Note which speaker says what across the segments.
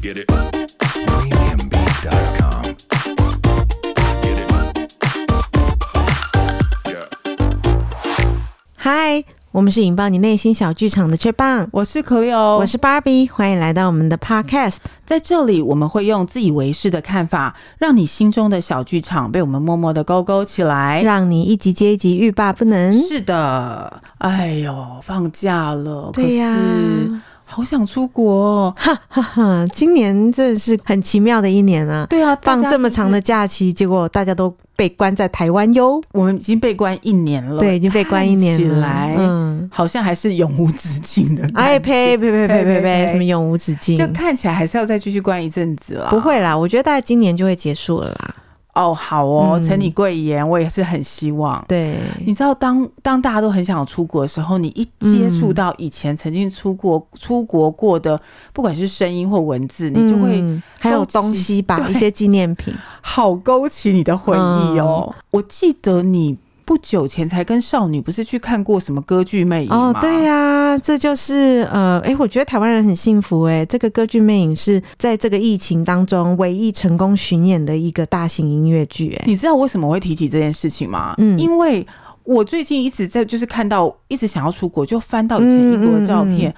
Speaker 1: Get it. Premiumbeat.com. Get it. Yeah.
Speaker 2: 嗨，我们是引爆你内心小剧场的雀棒，
Speaker 3: 我是 Cleo，
Speaker 2: 我是 Barbie，欢迎来到我们的 Podcast。
Speaker 3: 在这里，我们会用自以为是的看法，让你心中的小剧场被我们默默的勾勾起来。
Speaker 2: 让你一集接一集欲罢不能。
Speaker 3: 哎是的，哎呦，放假了，可
Speaker 2: 对呀
Speaker 3: 是好想出国 哦。
Speaker 2: 哈哈，今年真的是很奇妙的一年啊！
Speaker 3: 对啊，大家
Speaker 2: 放这么
Speaker 3: 是不是
Speaker 2: 长的，假期，结果大家都被关在台湾哟。
Speaker 3: 我们已经被关一年了，
Speaker 2: 对，已经被关一
Speaker 3: 看
Speaker 2: 年
Speaker 3: 起
Speaker 2: 了。
Speaker 3: 来、
Speaker 2: 嗯，
Speaker 3: 好像还是永无止境的感觉。
Speaker 2: 哎呸呸呸呸呸
Speaker 3: 呸呸
Speaker 2: 呸，
Speaker 3: 呸
Speaker 2: 什么永无止境？
Speaker 3: 就看起来还是要再继续关一阵子了。
Speaker 2: 不会啦，我觉得大概今年就会结束了啦。
Speaker 3: 哦，好哦，
Speaker 2: 嗯
Speaker 3: 承你贵言，我也是很希望。
Speaker 2: 对，
Speaker 3: 你知道当，当大家都很想出国的时候，你一接触到以前曾经出国、
Speaker 2: 嗯
Speaker 3: 出国过的，不管是声音或文字，你就会
Speaker 2: 嗯还有东西吧，
Speaker 3: 对
Speaker 2: 一些纪念品。
Speaker 3: 好勾起你的回忆哦。
Speaker 2: 嗯
Speaker 3: 我记得你不久前才跟少女不是去看过什么歌剧魅影吗？
Speaker 2: 哦，对、呀、这就是呃，哎，我觉得台湾人很幸福哎、这个歌剧《魅影》是在这个疫情当中唯一成功巡演的一个大型音乐剧哎、
Speaker 3: 你知道为什么我会提起这件事情吗？
Speaker 2: 嗯
Speaker 3: 因为。我最近一直在就是看到一直想要出国，就翻到以前英国的照
Speaker 2: 嗯
Speaker 3: 片。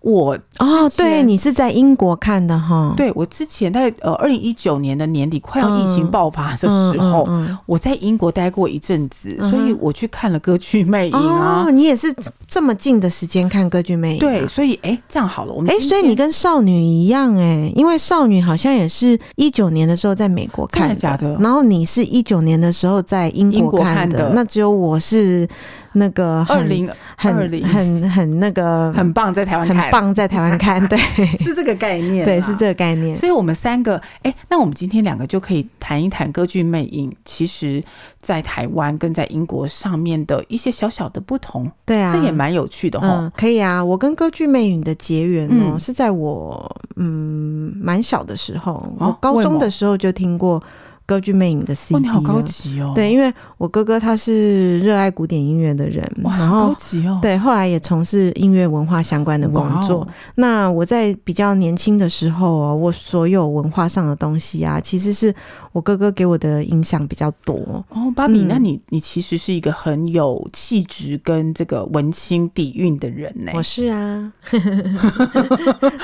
Speaker 3: 我
Speaker 2: 哦，
Speaker 3: 之前
Speaker 2: 对，你是在英国看的哈？
Speaker 3: 对我之前在呃二零一九年的年底快要疫情
Speaker 2: 嗯
Speaker 3: 爆发的
Speaker 2: 嗯，
Speaker 3: 时候，
Speaker 2: 嗯嗯
Speaker 3: 我在英国待过一阵子，
Speaker 2: 嗯哼
Speaker 3: 所以我去看了歌剧《魅影》啊
Speaker 2: 哦，。你也是这么近的时间看歌剧《魅影》啊？
Speaker 3: 对，所以哎、这样好了，我们
Speaker 2: 哎、
Speaker 3: 今
Speaker 2: 所以你
Speaker 3: 天
Speaker 2: 跟少女一样哎、因为少女好像也是一九年的时候在美国看
Speaker 3: 真的假的
Speaker 2: 然后你是一九年的时候在英
Speaker 3: 英
Speaker 2: 国
Speaker 3: 国
Speaker 2: 看
Speaker 3: 看
Speaker 2: 的，
Speaker 3: 的
Speaker 2: 那只有我是那个很
Speaker 3: 二零
Speaker 2: 很
Speaker 3: 20
Speaker 2: 很很那个
Speaker 3: 很棒，在台湾
Speaker 2: 很
Speaker 3: 看，
Speaker 2: 棒，在台湾 看，对
Speaker 3: 是这个概念，啊
Speaker 2: 对，是。这个概念。
Speaker 3: 所以我们三个，哎、那我们今天两个就可以谈一谈歌剧《魅影》，其实在台湾跟在英国上面的一些小小的不同，
Speaker 2: 对啊，
Speaker 3: 这也蛮有趣的哈。
Speaker 2: 嗯，可以啊。我跟歌剧魅影的结缘哦，
Speaker 3: 嗯
Speaker 2: 是在我嗯蛮小的时候，
Speaker 3: 哦
Speaker 2: 我高
Speaker 3: 为什
Speaker 2: 中
Speaker 3: 么
Speaker 2: 的时候就听过歌剧魅影的 CD
Speaker 3: 哦，
Speaker 2: 了。
Speaker 3: 你好高级哦，
Speaker 2: 对，，因为我哥哥他是热爱古典音乐的人，
Speaker 3: 哇，
Speaker 2: 然
Speaker 3: 好高
Speaker 2: 后
Speaker 3: 级哦，
Speaker 2: 对后来也从事音乐文化相关的工
Speaker 3: 哇哦，
Speaker 2: 作。那我在比较年轻的时候哦，我所有文化上的东西啊，其实是我哥哥给我的影响比较多。
Speaker 3: 哦，芭比，
Speaker 2: 嗯
Speaker 3: 那你你其实是一个很有气质跟这个文青底蕴的人呢、
Speaker 2: 我是 啊，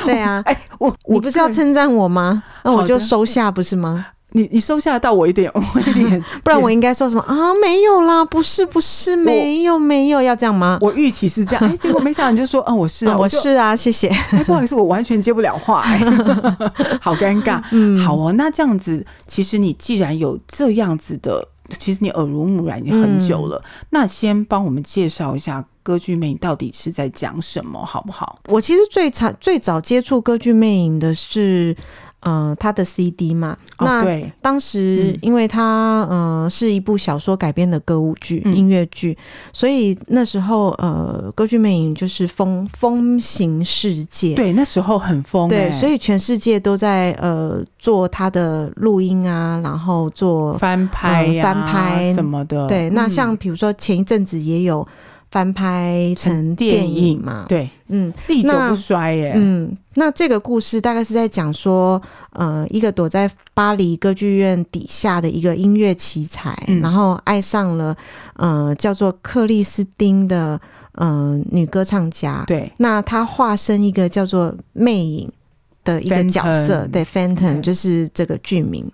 Speaker 2: 对啊，
Speaker 3: 哎、我
Speaker 2: 你
Speaker 3: 我
Speaker 2: 不是要
Speaker 3: 个人
Speaker 2: 称赞我吗？那我
Speaker 3: 好的
Speaker 2: 就收下，不是吗？
Speaker 3: 你你收下到我一点，我一点，
Speaker 2: 不然我应该说什么啊？没有啦，不是，不是，没有，没有，要这样吗？
Speaker 3: 我预期是这样，哎、结果没想到你就说，嗯，我是
Speaker 2: 啊
Speaker 3: 啊，
Speaker 2: 我
Speaker 3: 就是
Speaker 2: 啊，谢谢。
Speaker 3: 哎、不好意思，我完全接不了 话、哎好尴尬。
Speaker 2: 嗯
Speaker 3: 好哦，那这样子，其实你既然有这样子的，其实你耳濡目染已经很久了，
Speaker 2: 嗯
Speaker 3: 那先帮我们介绍一下歌剧魅影到底是在讲什么，好不好？
Speaker 2: 我其实最早最早接触歌剧魅影的是，呃，他的 CD 嘛。
Speaker 3: 哦，
Speaker 2: 那
Speaker 3: 对，
Speaker 2: 当时
Speaker 3: 嗯
Speaker 2: 因为它，呃，是一部小说改编的歌舞剧、
Speaker 3: 嗯
Speaker 2: 音乐剧，所以那时候，呃，歌剧魅影就是风风行世界。
Speaker 3: 对，那时候很疯、哎
Speaker 2: 对，所
Speaker 3: 以
Speaker 2: 以全世界都在呃做他的录音啊，然后做
Speaker 3: 翻拍、呀，
Speaker 2: 嗯翻拍
Speaker 3: 什么的，
Speaker 2: 对。那
Speaker 3: 嗯
Speaker 2: 像比如说前一阵子也有翻拍成
Speaker 3: 成
Speaker 2: 电
Speaker 3: 电
Speaker 2: 影
Speaker 3: 影
Speaker 2: 嘛，
Speaker 3: 对
Speaker 2: 嗯，
Speaker 3: 历久
Speaker 2: 那
Speaker 3: 不衰哎耶、
Speaker 2: 嗯，那这个故事大概是在讲说，呃，一个躲在巴黎歌剧院底下的一个音乐奇才，
Speaker 3: 嗯
Speaker 2: 然后爱上了呃叫做克里斯汀的呃女歌唱家。
Speaker 3: 对，
Speaker 2: 那她化身一个叫做魅影的一个角色，
Speaker 3: Phantom
Speaker 2: 对，Phantom
Speaker 3: OK
Speaker 2: 就是这个剧名。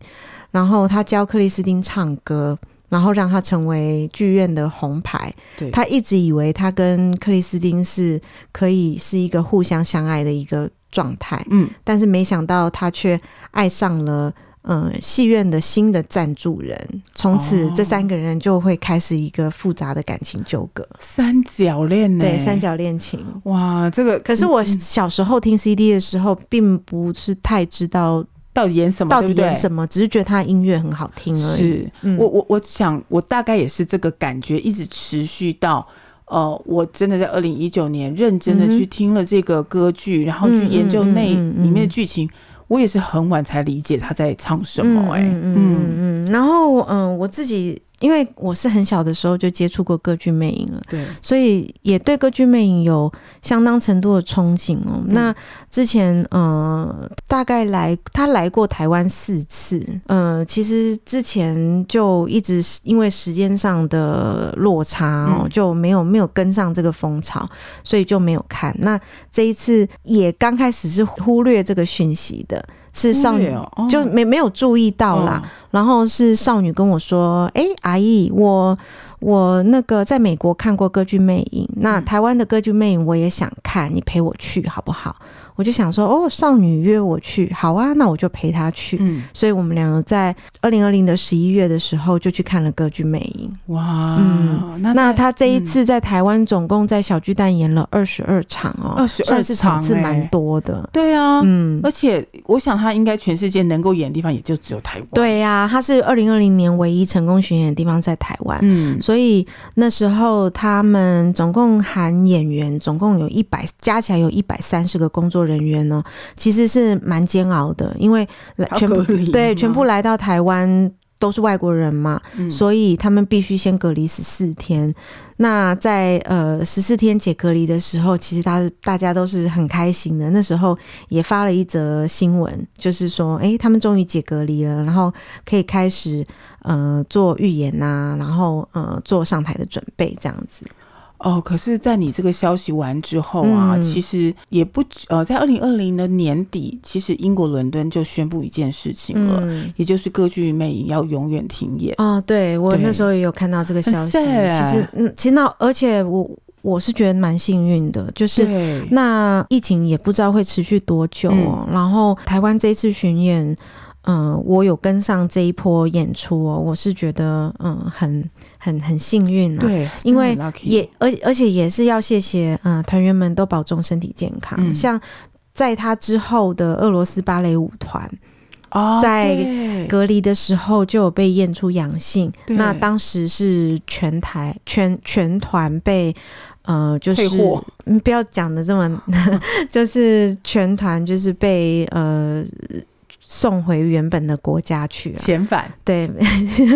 Speaker 2: 然后她教克里斯汀唱歌，然后让她成为剧院的红牌。
Speaker 3: 对
Speaker 2: 他一直以为他跟克里斯汀是可以是一个互相相爱的一个状态，
Speaker 3: 嗯，
Speaker 2: 但是没想到他却爱上了。嗯，戏院的新的赞助人，从此
Speaker 3: 哦
Speaker 2: 这三个人就会开始一个复杂的感情纠葛，
Speaker 3: 三角恋呢、
Speaker 2: 对三。角恋情。
Speaker 3: 哇，这个
Speaker 2: 可是我小时候听 CD 的时候，并不是太知道
Speaker 3: 到底演什么？
Speaker 2: 到底
Speaker 3: 对不对
Speaker 2: 演什么，只是觉得他音乐很好听而已。
Speaker 3: 是、
Speaker 2: 嗯
Speaker 3: 我我我想，我大概也是这个感觉，一直持续到呃，我真的在二零一九年认真的
Speaker 2: 嗯哼
Speaker 3: 去听了这个歌剧，然后去研究那里
Speaker 2: 嗯嗯嗯嗯嗯
Speaker 3: 面的剧情。
Speaker 2: 嗯
Speaker 3: 我也是很晚才理解他在唱什么、哎、
Speaker 2: 嗯嗯嗯嗯嗯。然后嗯，我自己。因为我是很小的时候就接触过歌剧魅影了，
Speaker 3: 对，
Speaker 2: 所以也对歌剧魅影有相当程度的憧憬哦。
Speaker 3: 嗯
Speaker 2: 那之前呃，大概来他来过台湾四次，呃，其实之前就一直是因为时间上的落差哦，
Speaker 3: 嗯
Speaker 2: 就没有没有跟上这个风潮，所以就没有看。那这一次也刚开始是忽略这个讯息的，是少女、
Speaker 3: 忽略哦哦
Speaker 2: 就没没有注意到啦。然后是少女跟我说：“哎、阿姨，我我那个在美国看过《歌剧魅影》，那台湾的《歌剧魅影》我也想看，你陪我去好不好？”我就想说：“哦，少女约我去，好啊，那我就陪她去。
Speaker 3: 嗯，
Speaker 2: 所以我们两个在二零二零的十一月的时候就去看了《歌剧魅影》。
Speaker 3: 哇，
Speaker 2: 嗯
Speaker 3: 那
Speaker 2: 那
Speaker 3: 那
Speaker 2: 他这一次在台湾总共在小巨蛋演了二十二场哦，
Speaker 3: 22
Speaker 2: 算是场次
Speaker 3: 场欸
Speaker 2: 蛮多的。
Speaker 3: 对啊，
Speaker 2: 嗯，
Speaker 3: 而且我想他应该全世界能够演的地方也就只有台湾，，
Speaker 2: 对呀、他是二零二零年唯一成功巡演的地方在台湾。
Speaker 3: 嗯，
Speaker 2: 所以那时候他们总共含演员，总共有一百，加起来有一百三十个工作人员呢，其实是蛮煎熬的，因为来
Speaker 3: 好
Speaker 2: 全部
Speaker 3: 可怜
Speaker 2: 对
Speaker 3: 哦
Speaker 2: 全部来到台湾。都是外国人嘛，
Speaker 3: 嗯
Speaker 2: 所以他们必须先隔离十四天。那在呃十四天解隔离的时候，其实大大家都是很开心的。那时候也发了一则新闻，就是说，诶，他们终于解隔离了，然后可以开始呃做预演呐、然后呃做上台的准备这样子。
Speaker 3: 哦，可是，在你这个消息完之后啊，
Speaker 2: 嗯
Speaker 3: 其实也不止呃，在二零二零的年底，其实英国伦敦就宣布一件事情了，
Speaker 2: 嗯，
Speaker 3: 也就是歌剧魅影要永远停演。
Speaker 2: 哦，对我
Speaker 3: 对
Speaker 2: 那时候也有看到这个消息。
Speaker 3: 很 sad
Speaker 2: 其实，嗯，其实那而且我我是觉得蛮幸运的，就是
Speaker 3: 对，
Speaker 2: 那疫情也不知道会持续多久
Speaker 3: 嗯
Speaker 2: 哦。然后台湾这一次巡演，嗯、我有跟上这一波演出哦，我是觉得嗯、很很很幸运啊。
Speaker 3: 对，
Speaker 2: 因为
Speaker 3: 真的很 lucky
Speaker 2: 也而而且也是要谢谢嗯团员们都保重身体健康，
Speaker 3: 嗯
Speaker 2: 像。在他之后的俄罗斯芭蕾舞团
Speaker 3: 哦，
Speaker 2: 在
Speaker 3: 对
Speaker 2: 隔离的时候就有被验出阳性，
Speaker 3: 对
Speaker 2: 那当时是全台全全团被呃就是
Speaker 3: 退货，
Speaker 2: 嗯不要讲的这 么，就是全团就是被呃送回原本的国家去了。
Speaker 3: 遣 返，
Speaker 2: 对，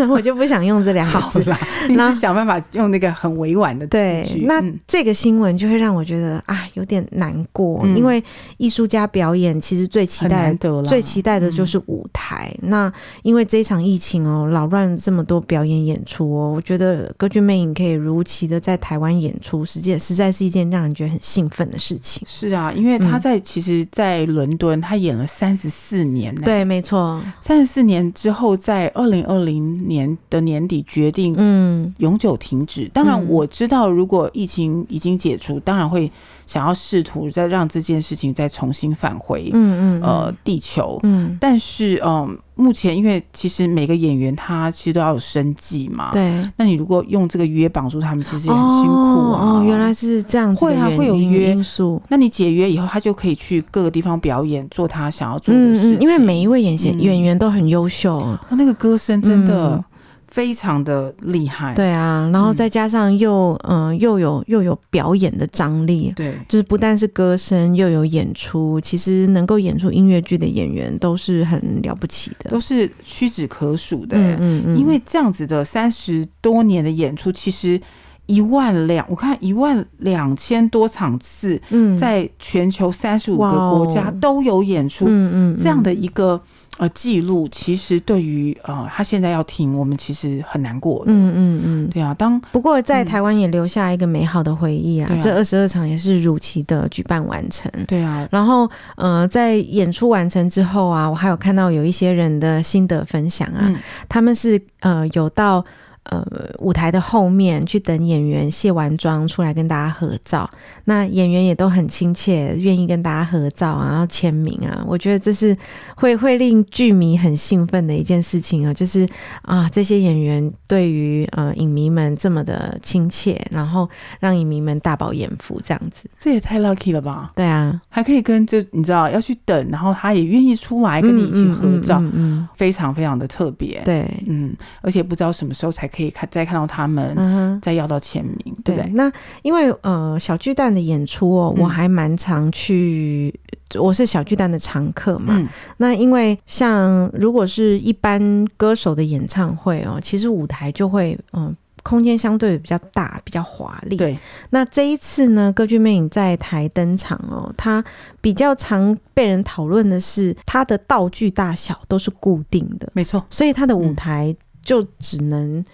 Speaker 2: 我就不想用这两个
Speaker 3: 好
Speaker 2: 字。
Speaker 3: 啦，你
Speaker 2: 那
Speaker 3: 是想办法用那个很委婉的字
Speaker 2: 对
Speaker 3: 句，
Speaker 2: 那
Speaker 3: 嗯
Speaker 2: 这个新闻就会让我觉得啊，有点难过，
Speaker 3: 嗯
Speaker 2: 因为艺术家表演其实最期
Speaker 3: 很
Speaker 2: 待
Speaker 3: 难得嗯了，
Speaker 2: 最期待的就是舞台。那因为这一场疫情哦，扰乱这么多表演演出哦，我觉得《歌剧魅影》可以如期的在台湾演出，实际实在是一件让人觉得很兴奋的事情。
Speaker 3: 是啊，因为他
Speaker 2: 嗯
Speaker 3: 在、其实，在伦敦他演了三十四年呢、
Speaker 2: 对，没错，
Speaker 3: 三十四年之后，在二零二零年的年底决定
Speaker 2: 嗯，
Speaker 3: 永久停止。当然，
Speaker 2: 嗯
Speaker 3: 我知道如果疫情已经解除，当然会想要试图再让这件事情再重新返回、
Speaker 2: 嗯嗯，
Speaker 3: 呃地球。
Speaker 2: 嗯，
Speaker 3: 但是，嗯、目前因为其实每个演员他其实都要有生计嘛，。
Speaker 2: 对，
Speaker 3: 那你如果用这个约绑住他们，其实也很啊辛苦啊。
Speaker 2: 哦，哦原来是这样子的
Speaker 3: 会啊
Speaker 2: 原
Speaker 3: 会有
Speaker 2: 因
Speaker 3: 约
Speaker 2: 因素。
Speaker 3: 那你解约以后，他就可以去各个地方表演，做他想要做的
Speaker 2: 嗯
Speaker 3: 事情。
Speaker 2: 嗯，因为每一位演员、
Speaker 3: 嗯
Speaker 2: 演员都很优秀，
Speaker 3: 哦那个歌声真的
Speaker 2: 嗯
Speaker 3: 非常的厉害。
Speaker 2: 对啊，然后
Speaker 3: 嗯
Speaker 2: 再加上又嗯、呃又有又有表演的张力，
Speaker 3: 对
Speaker 2: 就是不但是歌声，又有演出。其实能够演出音乐剧的演员都是很了不起的，
Speaker 3: 都是屈指可数的、
Speaker 2: 嗯嗯嗯，
Speaker 3: 因为这样子的三十多年的演出，其实一万两，我看一万两千多场次，
Speaker 2: 嗯
Speaker 3: 在全球三十五
Speaker 2: 哇
Speaker 3: 个
Speaker 2: 哦
Speaker 3: 国家都有演出，
Speaker 2: 嗯嗯嗯
Speaker 3: 这样的一个呃记录，其实对于呃他现在要停，我们其实很难过的。
Speaker 2: 嗯嗯嗯。
Speaker 3: 对啊，当
Speaker 2: 不过在台湾也留下一个美好的回忆啊！
Speaker 3: 对啊
Speaker 2: 这二十二场也是如期的举办完成。
Speaker 3: 对啊，
Speaker 2: 然后，呃，在演出完成之后啊，我还有看到有一些人的心得分享啊，
Speaker 3: 嗯
Speaker 2: 他们是呃有到呃舞台的后面去等演员卸完妆出来跟大家合照，那演员也都很亲切，愿意跟大家合照啊，然后签名啊，我觉得这是会会令剧迷很兴奋的一件事情啊，就是啊这些演员对于呃影迷们这么的亲切，然后让影迷们大饱眼福这样子，
Speaker 3: 这也太 lucky 了吧！
Speaker 2: 对啊，
Speaker 3: 还可以跟就你知道要去等，然后他也愿意出来跟你一起合
Speaker 2: 嗯
Speaker 3: 照，
Speaker 2: 嗯嗯嗯嗯
Speaker 3: 非常非常的特别。
Speaker 2: 对。
Speaker 3: 嗯嗯，而且不知道什么时候才可可以看再看到他们，
Speaker 2: 嗯哼，
Speaker 3: 再要到签名，
Speaker 2: 对
Speaker 3: 对不对？
Speaker 2: 那因为呃小巨蛋的演出哦，
Speaker 3: 嗯
Speaker 2: 我还蛮常去，我是小巨蛋的常客嘛。
Speaker 3: 嗯
Speaker 2: 那因为像如果是一般歌手的演唱会哦，其实舞台就会嗯。空间相对比较大，比较华丽。
Speaker 3: 对，
Speaker 2: 那这一次呢，歌剧魅影在台登场哦，它比较常被人讨论的是它的道具大小都是固定的，
Speaker 3: 没错，
Speaker 2: 所以它的舞台就只能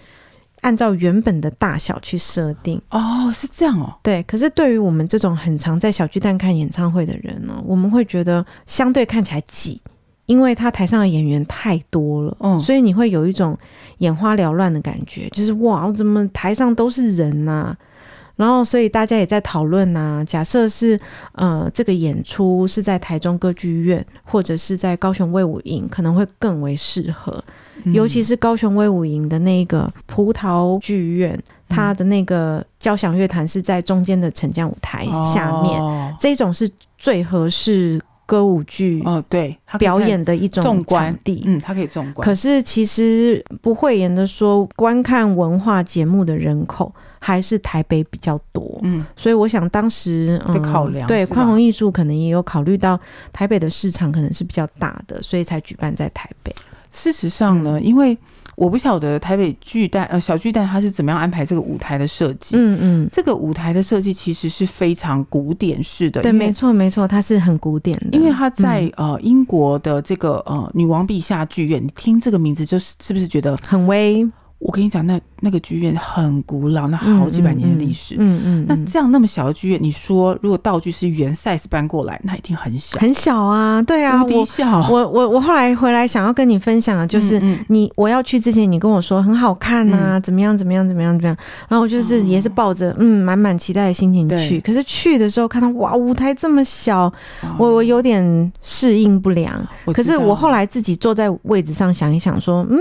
Speaker 2: 按照原本的大小去设定。
Speaker 3: 哦，是这样哦，
Speaker 2: 对，可是对于我们这种很常在小巨蛋看演唱会的人呢、我们会觉得相对看起来挤，因为他台上的演员太多了，
Speaker 3: 嗯
Speaker 2: 所以你会有一种眼花缭乱的感觉，就是哇，怎么台上都是人呐、然后，所以大家也在讨论呐、假设是呃，这个演出是在台中歌剧院或者是在高雄卫武营，可能会更为适合。嗯尤其
Speaker 3: 是
Speaker 2: 是高雄威武营的那个葡萄剧院，它的那个交响乐团是在中间的沉降舞台下面，
Speaker 3: 哦，
Speaker 2: 这种是最合适歌舞剧
Speaker 3: 哦对，他可以
Speaker 2: 表
Speaker 3: 看，
Speaker 2: 演的一种
Speaker 3: 纵观
Speaker 2: 场地。
Speaker 3: 嗯，他可以纵观，
Speaker 2: 可是，其实不讳言的说，观看文化节目的人口还是台北比较多，
Speaker 3: 嗯，
Speaker 2: 所以我想当时嗯
Speaker 3: 的考量
Speaker 2: 对
Speaker 3: 是吧
Speaker 2: 宽宏艺术可能也有考虑到台北的市场可能是比较大的，所以才举办在台北。
Speaker 3: 事实上
Speaker 2: 嗯
Speaker 3: 呢，因为我不晓得台北巨蛋呃小巨蛋它是怎么样安排这个舞台的设计。
Speaker 2: 嗯嗯，
Speaker 3: 这个舞台的设计其实是非常古典式的，
Speaker 2: 对，
Speaker 3: 因为
Speaker 2: 没错嗯没错，它是很古典的，
Speaker 3: 因为他在、呃英国的这个呃女王陛下剧院，你听这个名字就是是不是觉得？
Speaker 2: 很微，
Speaker 3: 我跟你讲，那那个剧院很古老，那好几百年的历史。
Speaker 2: 嗯嗯，嗯
Speaker 3: 那这样那么小的剧院，你说如果道具是原 size 搬过来，那一定很小，
Speaker 2: 很小啊，对啊，
Speaker 3: 无敌
Speaker 2: 我
Speaker 3: 小。
Speaker 2: 我我我后来回来想要跟你分享的就是。
Speaker 3: 嗯嗯
Speaker 2: 你我要去之前，你跟我说很好看啊，怎么样怎么样怎么样怎么样，然后我就是也是抱着嗯满满期待的心情去，
Speaker 3: 哦对
Speaker 2: 可是去的时候看到哇舞台这么小，我我有点适应不良。
Speaker 3: 嗯哦我
Speaker 2: 可
Speaker 3: 知
Speaker 2: 是
Speaker 3: 道
Speaker 2: 我后来自己坐在位置上想一想说嗯，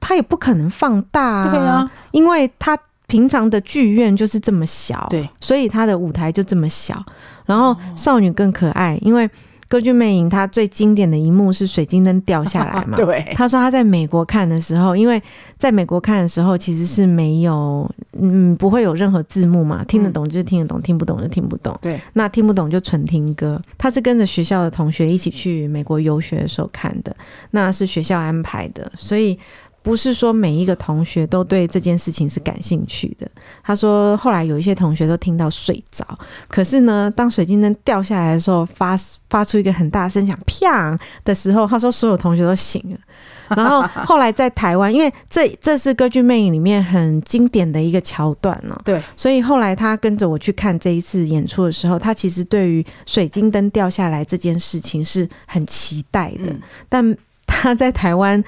Speaker 2: 它也不可能放大、
Speaker 3: 对啊，
Speaker 2: 因为他平常的剧院就是这么小，
Speaker 3: 对，哦
Speaker 2: 所以他的舞台就这么小。然后少女更可爱，因为《歌剧魅影》它最经典的一幕是水晶灯掉下来嘛。
Speaker 3: 对，
Speaker 2: 他说他在美国看的时候，因为在美国看的时候其实是没有，嗯，不会有任何字幕嘛，听得懂就是听得懂，听不懂就听不懂。
Speaker 3: 对，
Speaker 2: 那听不懂就纯听歌。他是跟着学校的同学一起去美国游学的时候看的，那是学校安排的，所以。不是说每一个同学都对这件事情是感兴趣的。他说，后来有一些同学都听到睡着，可是呢，当水晶灯掉下来的时候，发发出一个很大的声响，啪的时候，他说所有同学都醒了。然后后来在台湾，因为这这是《歌剧魅影》里面很经典的一个桥段哦。
Speaker 3: 对，
Speaker 2: 所以后来他跟着我去看这一次演出的时候，他其实对于水晶灯掉下来这件事情是很期待的，
Speaker 3: 嗯
Speaker 2: 但他在台湾，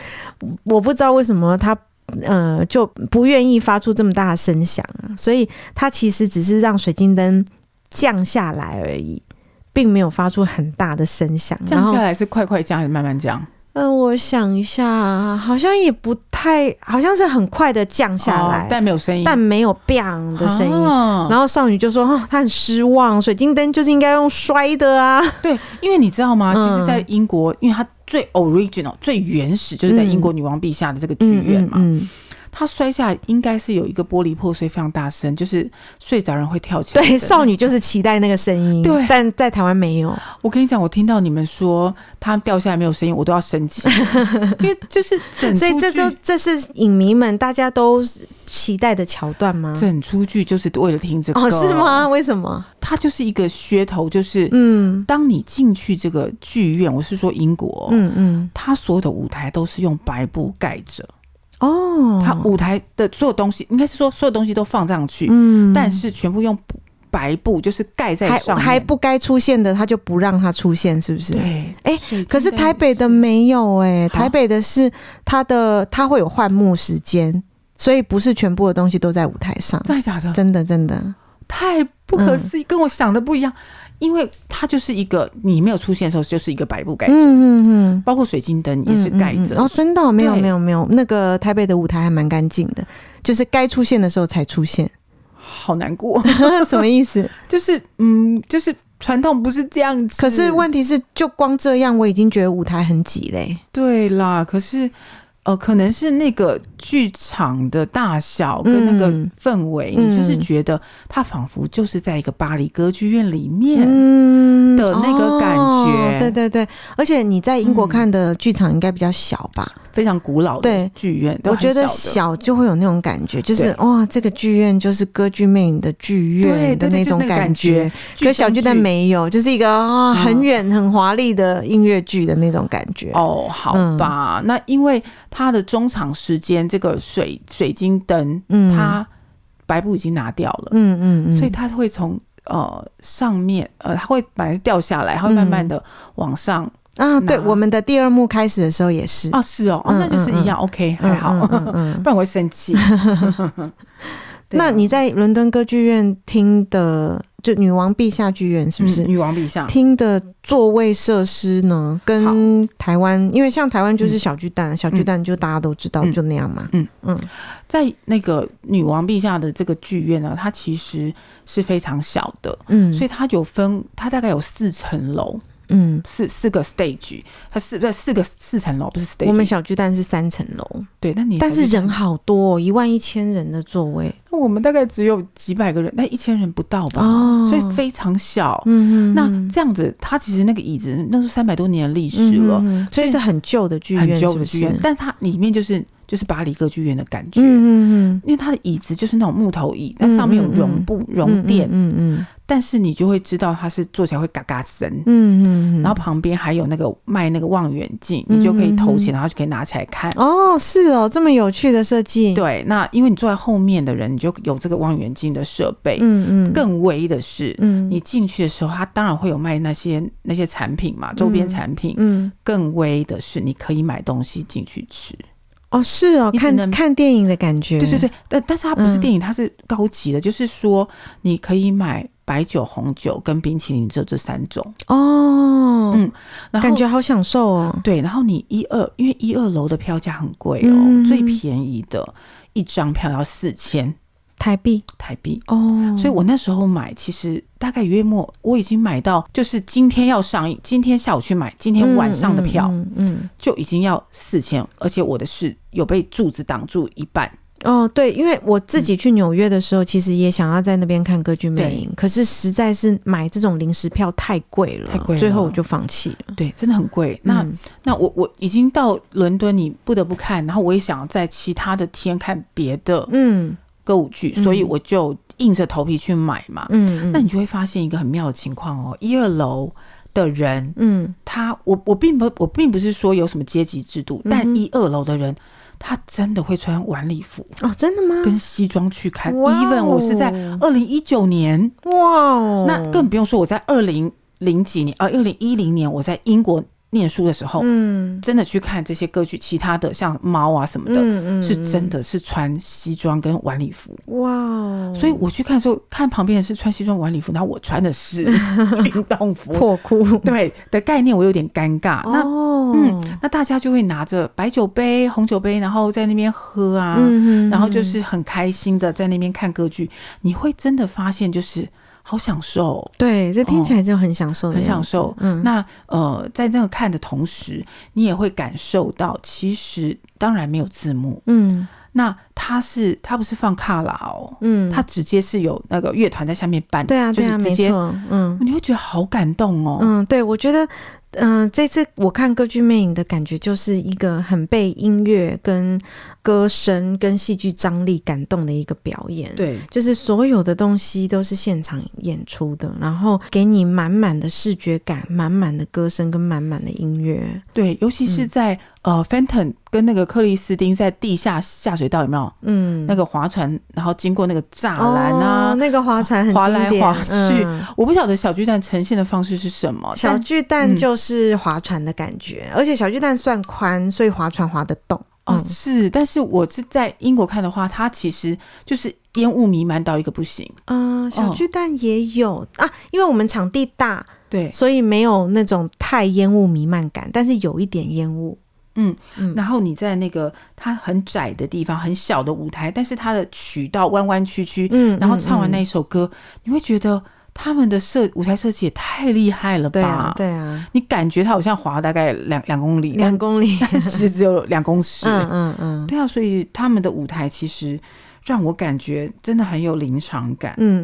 Speaker 2: 我不知道为什么他。呃，就不愿意发出这么大的声响啊，所以他其实只是让水晶灯降下来而已，并没有发出很大的声响。然
Speaker 3: 降
Speaker 2: 后
Speaker 3: 下来是快哦快降还是慢慢降？
Speaker 2: 嗯，我想一下，好像也不太，好像是很快的降下来，
Speaker 3: 哦但没有声音，
Speaker 2: 但没有 “bang” 的声音。
Speaker 3: 哦
Speaker 2: 然后少女就说：“哦，她很失望，水晶灯就是应该用摔的啊。
Speaker 3: 对，因为你知道吗？
Speaker 2: 嗯
Speaker 3: 其实，在英国，因为它最 original、最原始，就是在英国女王陛下的这个剧
Speaker 2: 嗯”
Speaker 3: 院嘛，
Speaker 2: 嗯，
Speaker 3: 它摔下来应该是有一个玻璃破碎非常大声，就是睡着人会跳起来。
Speaker 2: 对，少。女就是期待那个声音，
Speaker 3: 对
Speaker 2: 但在台湾没有。
Speaker 3: 我跟你讲，我听到你们说它掉下来没有声音，我都要 生气，因为就是整
Speaker 2: 所以
Speaker 3: 出
Speaker 2: 这就
Speaker 3: 剧
Speaker 2: 这是影迷们大家都期待的桥段吗？
Speaker 3: 整出剧就是为了听这个，
Speaker 2: 哦，是？吗？为什么？
Speaker 3: 它就是一个噱头，就是
Speaker 2: 嗯
Speaker 3: 当你进去这个剧院，我是说英国，
Speaker 2: 嗯嗯，
Speaker 3: 它所有的舞台都是用白布盖着。
Speaker 2: 哦，
Speaker 3: 它舞台的所有东西，应该是说所有东西都放上去，
Speaker 2: 嗯
Speaker 3: 但是全部用白布就是盖在
Speaker 2: 还
Speaker 3: 上面，
Speaker 2: 还不该出现的，他就不让他出现，是不是？
Speaker 3: 对。
Speaker 2: 哎
Speaker 3: 水晶
Speaker 2: 可是
Speaker 3: 灯
Speaker 2: 台北的没有哎、
Speaker 3: 好
Speaker 2: 台北的是它的它会有换幕时间，所以不是全部的东西都在舞台上，
Speaker 3: 真的假的？
Speaker 2: 真的嗯真的，
Speaker 3: 太不可思议，跟我想的不一样，因为它就是一个你没有出现的时候就是一个白布盖
Speaker 2: 嗯
Speaker 3: 着，
Speaker 2: 嗯嗯。
Speaker 3: 包括水晶灯也是盖着
Speaker 2: 嗯嗯嗯。哦，真的哦、没有
Speaker 3: 对
Speaker 2: 没有没有，那个台北的舞台还蛮干净的，就是该出现的时候才出现，
Speaker 3: 好难过。
Speaker 2: 什么意思？
Speaker 3: 就是嗯，就是传统不是这样子。
Speaker 2: 可是问题是，就光这样我已经觉得舞台很挤嘞、
Speaker 3: 对啦，可是呃，可能是那个剧场的大小跟那个
Speaker 2: 嗯
Speaker 3: 氛围，
Speaker 2: 嗯
Speaker 3: 你就是觉得它仿佛就是在一个巴黎歌剧院里面。
Speaker 2: 嗯
Speaker 3: 的那个感觉
Speaker 2: 哦对对对，而且你在英国
Speaker 3: 嗯
Speaker 2: 看的剧场应该比较小吧？
Speaker 3: 非常古老的
Speaker 2: 对
Speaker 3: 剧院，嗯都
Speaker 2: 我
Speaker 3: 很
Speaker 2: 觉得
Speaker 3: 小
Speaker 2: 小就会有那种感觉，就是
Speaker 3: 对
Speaker 2: 哇，这个剧院就是歌剧魅影的剧
Speaker 3: 对对
Speaker 2: 院的
Speaker 3: 对就是
Speaker 2: 种
Speaker 3: 那个感
Speaker 2: 觉。
Speaker 3: 的
Speaker 2: 可是小巨蛋
Speaker 3: 中
Speaker 2: 没有，就是一个啊、
Speaker 3: 嗯
Speaker 2: 很远很华丽的音乐剧的那种感觉。
Speaker 3: 哦，好
Speaker 2: 嗯
Speaker 3: 吧，那因为它的中场时间，这个水水晶灯，
Speaker 2: 嗯
Speaker 3: 它白布已经拿掉了，
Speaker 2: 嗯嗯嗯，
Speaker 3: 所以它会从呃上面呃，它会本来是掉下来，它会
Speaker 2: 嗯
Speaker 3: 慢慢的往上、
Speaker 2: 啊，对，
Speaker 3: 拿
Speaker 2: 我们的第二幕开始的时候也是，
Speaker 3: 啊，是哦，哦
Speaker 2: 嗯
Speaker 3: 那就是一样、o k
Speaker 2: 嗯
Speaker 3: 还好，
Speaker 2: 嗯嗯嗯
Speaker 3: 不然我会 生气。 对啊
Speaker 2: 那你在伦敦歌剧院听的，就女王陛下剧院是不是？
Speaker 3: 嗯女王陛下？
Speaker 2: 听的座位设施呢，跟台湾，因为像台湾就是小巨蛋，小巨蛋就大家都知道，
Speaker 3: 嗯
Speaker 2: 就那样嘛。
Speaker 3: 在那个女王陛下的这个剧院呢，它其实是非常小的，
Speaker 2: 嗯，
Speaker 3: 所
Speaker 2: 以
Speaker 3: 以它有分，它大概有四层楼，
Speaker 2: 嗯，
Speaker 3: 四四个 stage，它四不是四个四层楼，不是 stage。
Speaker 2: 我们小巨蛋是三层楼，
Speaker 3: 对，那你
Speaker 2: 但是
Speaker 3: 还
Speaker 2: 人好多、哦，一万一千人的座位
Speaker 3: 那我们大概只有几百个人，那一千人不到吧，
Speaker 2: 哦
Speaker 3: 所以非常小。
Speaker 2: 嗯
Speaker 3: 那
Speaker 2: 嗯
Speaker 3: 这样子，它其实那个椅子那是三百多年的历史
Speaker 2: 嗯
Speaker 3: 了，
Speaker 2: 嗯嗯所以是很旧的剧院，
Speaker 3: 很旧的剧院，
Speaker 2: 是不是
Speaker 3: 但它里面就是就是巴黎歌剧院的感觉。
Speaker 2: 嗯嗯嗯，
Speaker 3: 因为它的椅子就是那种木头椅，但上面有绒布、绒垫，
Speaker 2: 嗯嗯
Speaker 3: 但是你就会知道它是坐起来会嘎嘎声，
Speaker 2: 嗯嗯嗯，
Speaker 3: 然后旁边还有那个卖那个望远镜，
Speaker 2: 嗯
Speaker 3: 你就可以投
Speaker 2: 嗯
Speaker 3: 钱，
Speaker 2: 嗯
Speaker 3: 然后就可以拿起来看。
Speaker 2: 哦，是哦，这么有趣的设计，，
Speaker 3: 对，那因为你坐在后面的人，你就有这个望远镜的设备。
Speaker 2: 嗯嗯，
Speaker 3: 更唯一的是，
Speaker 2: 嗯
Speaker 3: 你进去的时候，它当然会有卖那些那些产品嘛，周边产品。
Speaker 2: 嗯。
Speaker 3: 更微的是，你可以买东西进去吃。
Speaker 2: 哦，是哦，
Speaker 3: 你只
Speaker 2: 看
Speaker 3: 能
Speaker 2: 看电影的感觉，
Speaker 3: 对对对，但但是它不是
Speaker 2: 嗯
Speaker 3: 电影，它是高级的，就是说你可以买白酒、红酒跟冰淇淋这这三种。
Speaker 2: 哦，
Speaker 3: 嗯然后
Speaker 2: 感觉好享受哦，
Speaker 3: 对，然后你一二，因为一二楼的票价很贵哦，
Speaker 2: 嗯
Speaker 3: 最便宜的一张票要四千
Speaker 2: 台币
Speaker 3: 台币。
Speaker 2: 哦，
Speaker 3: 所以我那时候买，其实大概约莫我已经买到，就是今天要上映，今天下午去买，今天晚上的票
Speaker 2: 嗯嗯
Speaker 3: 就已经要四千，而且我的是有被柱子挡住一半，
Speaker 2: 嗯哦，对，因为我自己去纽约的时候，其实也想要在那边看歌剧魅影，可是实在是买这种临时票太贵了，
Speaker 3: 太贵了
Speaker 2: 最后我就放弃了。
Speaker 3: 对，真的很贵。那、
Speaker 2: 嗯
Speaker 3: 那我我已经到伦敦，你不得不看，然后我也想在其他的天看别的
Speaker 2: 嗯
Speaker 3: 歌舞剧，
Speaker 2: 嗯
Speaker 3: 所以我就硬着头皮去买嘛。
Speaker 2: 嗯，
Speaker 3: 那你就会发现一个很妙的情况哦，一二楼的人
Speaker 2: 嗯
Speaker 3: 他我我并不我并不是说有什么阶级制度，
Speaker 2: 嗯哼
Speaker 3: 但一二楼的人他真的会穿晚礼服
Speaker 2: 哦，真的吗？
Speaker 3: 跟西装去看。
Speaker 2: 哇哦
Speaker 3: even 我是在二零一九年，
Speaker 2: 哇哦，
Speaker 3: 那更不用说我在二零零几年，呃，二零一零年我在英国念书的时候，
Speaker 2: 嗯
Speaker 3: 真的去看这些歌曲，其他的像猫啊什么的，
Speaker 2: 嗯嗯
Speaker 3: 是真的是穿西装跟晚礼服。
Speaker 2: 哇 哦，
Speaker 3: 所以我去看的时候，看旁边的是穿西装晚礼服，然后我穿的是 运动服，
Speaker 2: 破裤
Speaker 3: 对的概念我有点尴尬。那
Speaker 2: 哦
Speaker 3: 嗯，那大家就会拿着白酒杯、红酒杯，然后在那边喝啊，
Speaker 2: 嗯
Speaker 3: 然后就是很开心的在那边看歌剧。你会真的发现，就是好享受，
Speaker 2: 对，这听起来就很享受的
Speaker 3: 哦很
Speaker 2: 样子，
Speaker 3: 享受。
Speaker 2: 嗯
Speaker 3: 那呃，在这个看的同时，你也会感受到，其实当然没有字幕，
Speaker 2: 嗯
Speaker 3: 那它是它不是放卡拉哦，
Speaker 2: 嗯，
Speaker 3: 它直接是有那个乐团在下面办，
Speaker 2: 对啊
Speaker 3: 就
Speaker 2: 对啊，
Speaker 3: 是直
Speaker 2: 没
Speaker 3: 接，
Speaker 2: 错，嗯
Speaker 3: 你会觉得好感动哦。
Speaker 2: 嗯，对，我觉得，嗯、这次我看《歌剧魅影》的感觉就是一个很被音乐、跟歌声、跟戏剧张力感动的一个表演。。
Speaker 3: 对，
Speaker 2: 就是所有的东西都是现场演出的，然后给你满满的视觉感、满满的歌声跟满满的音乐。
Speaker 3: 对，尤其
Speaker 2: 嗯
Speaker 3: 是在、呃，Fenton 跟那个克里斯汀在地下下水道有没有、
Speaker 2: 嗯，
Speaker 3: 那个划船，然后经过那个栅栏啊？
Speaker 2: 哦那个划船很
Speaker 3: 划
Speaker 2: 经
Speaker 3: 来
Speaker 2: 典
Speaker 3: 划去
Speaker 2: 嗯
Speaker 3: 我不晓得小巨蛋呈现的方式是什么，
Speaker 2: 小
Speaker 3: 但嗯
Speaker 2: 巨蛋就是划船的感觉，而且小巨蛋算宽，所以划船划得动。
Speaker 3: 哦、
Speaker 2: 嗯
Speaker 3: 是，但是我是在英国看的话，它其实就是烟雾弥漫到一个不行，
Speaker 2: 嗯、小
Speaker 3: 哦
Speaker 2: 巨蛋也有、啊，因为我们场地大，
Speaker 3: 对，
Speaker 2: 所以没有那种太烟雾弥漫感，但是有一点烟雾。
Speaker 3: 嗯
Speaker 2: 嗯
Speaker 3: 然后你在那个它很窄的地方，很小的舞台，但是它的曲道弯弯曲曲，
Speaker 2: 嗯
Speaker 3: 然后唱完那
Speaker 2: 嗯
Speaker 3: 一首歌，你会觉得他们的设舞台设计也太厉害了吧？
Speaker 2: 对啊，对啊，
Speaker 3: 你感觉它好像滑大概两两公里，
Speaker 2: 两公里，
Speaker 3: 但 其实只有两公尺、
Speaker 2: 嗯嗯嗯
Speaker 3: 对啊，所以他们的舞台其实让我感觉真的很有临场感。
Speaker 2: 嗯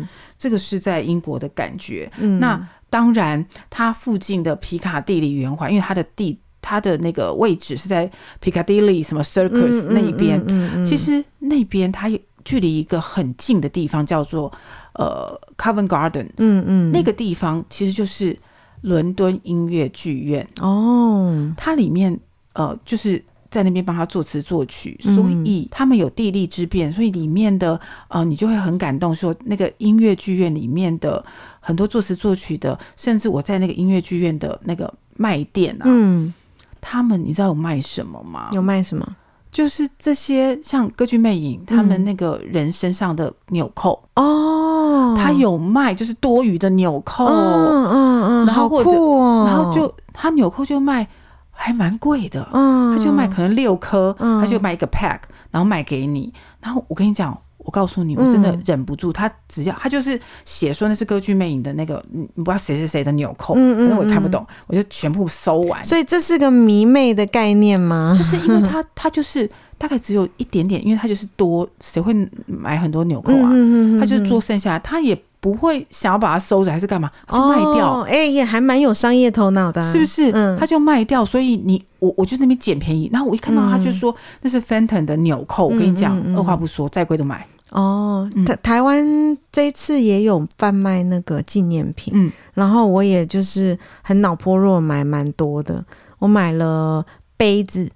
Speaker 2: 嗯
Speaker 3: 这个是在英国的感觉。
Speaker 2: 嗯，
Speaker 3: 那当然，它附近的皮卡蒂里圆环，因为它的地它的那个位置是在皮卡蒂里什么 Circus 那一边，
Speaker 2: 嗯
Speaker 3: 其实那边它也距离一个很近的地方叫做呃 Covent Garden，、
Speaker 2: 嗯嗯
Speaker 3: 那个地方其实就是伦敦音乐剧院，
Speaker 2: 哦，
Speaker 3: 它里面呃就是。在那边帮他作词作曲，
Speaker 2: 嗯
Speaker 3: 所以呃他们有地利之便，所以里面的呃，你就会很感动说那个音乐剧院里面的很多作词作曲的，甚至我在那个音乐剧院的那个卖店啊，
Speaker 2: 嗯，
Speaker 3: 他们你知道有卖什么吗？
Speaker 2: 有卖什么？
Speaker 3: 就是这些像歌剧魅影，他们
Speaker 2: 嗯
Speaker 3: 那个人身上的纽扣，
Speaker 2: 哦，
Speaker 3: 他、有卖就是多余的纽扣，
Speaker 2: 嗯嗯嗯，
Speaker 3: 然后
Speaker 2: 好
Speaker 3: 或者
Speaker 2: 酷哦，
Speaker 3: 然后就他纽扣就卖还蛮贵的，
Speaker 2: 嗯，
Speaker 3: 他就卖可能六颗，
Speaker 2: 嗯
Speaker 3: 他就卖一个 pack，然后卖给你。然后我跟你讲，我告诉你，我真的
Speaker 2: 嗯
Speaker 3: 忍不住，他只要他就是写说那是歌剧魅影的那个，你你不知道谁是谁的纽扣，
Speaker 2: 嗯嗯
Speaker 3: 反正我也看不
Speaker 2: 嗯
Speaker 3: 懂，我就全部收完。
Speaker 2: 所以这是个迷妹的概念吗
Speaker 3: 但？是因为它它就是大概只有一点点，因为它就是多，谁会买很多纽扣啊？
Speaker 2: 嗯
Speaker 3: 他就是做剩下，他也不会想要把它收着还是干嘛，他就卖掉，
Speaker 2: 哦哎、也还蛮有商业头脑的啊、
Speaker 3: 是不是？
Speaker 2: 嗯
Speaker 3: 他就卖掉，所以你我我就那边捡便宜，然后我一看到他就说、那是 Fenton 的纽扣，我跟你讲，
Speaker 2: 嗯嗯嗯嗯
Speaker 3: 二话不说，再贵都买。
Speaker 2: 哦，
Speaker 3: 嗯
Speaker 2: 台台湾这一次也有贩卖那个纪念品，
Speaker 3: 嗯
Speaker 2: 然后我也就是很脑波弱，买蛮多的，我买了杯子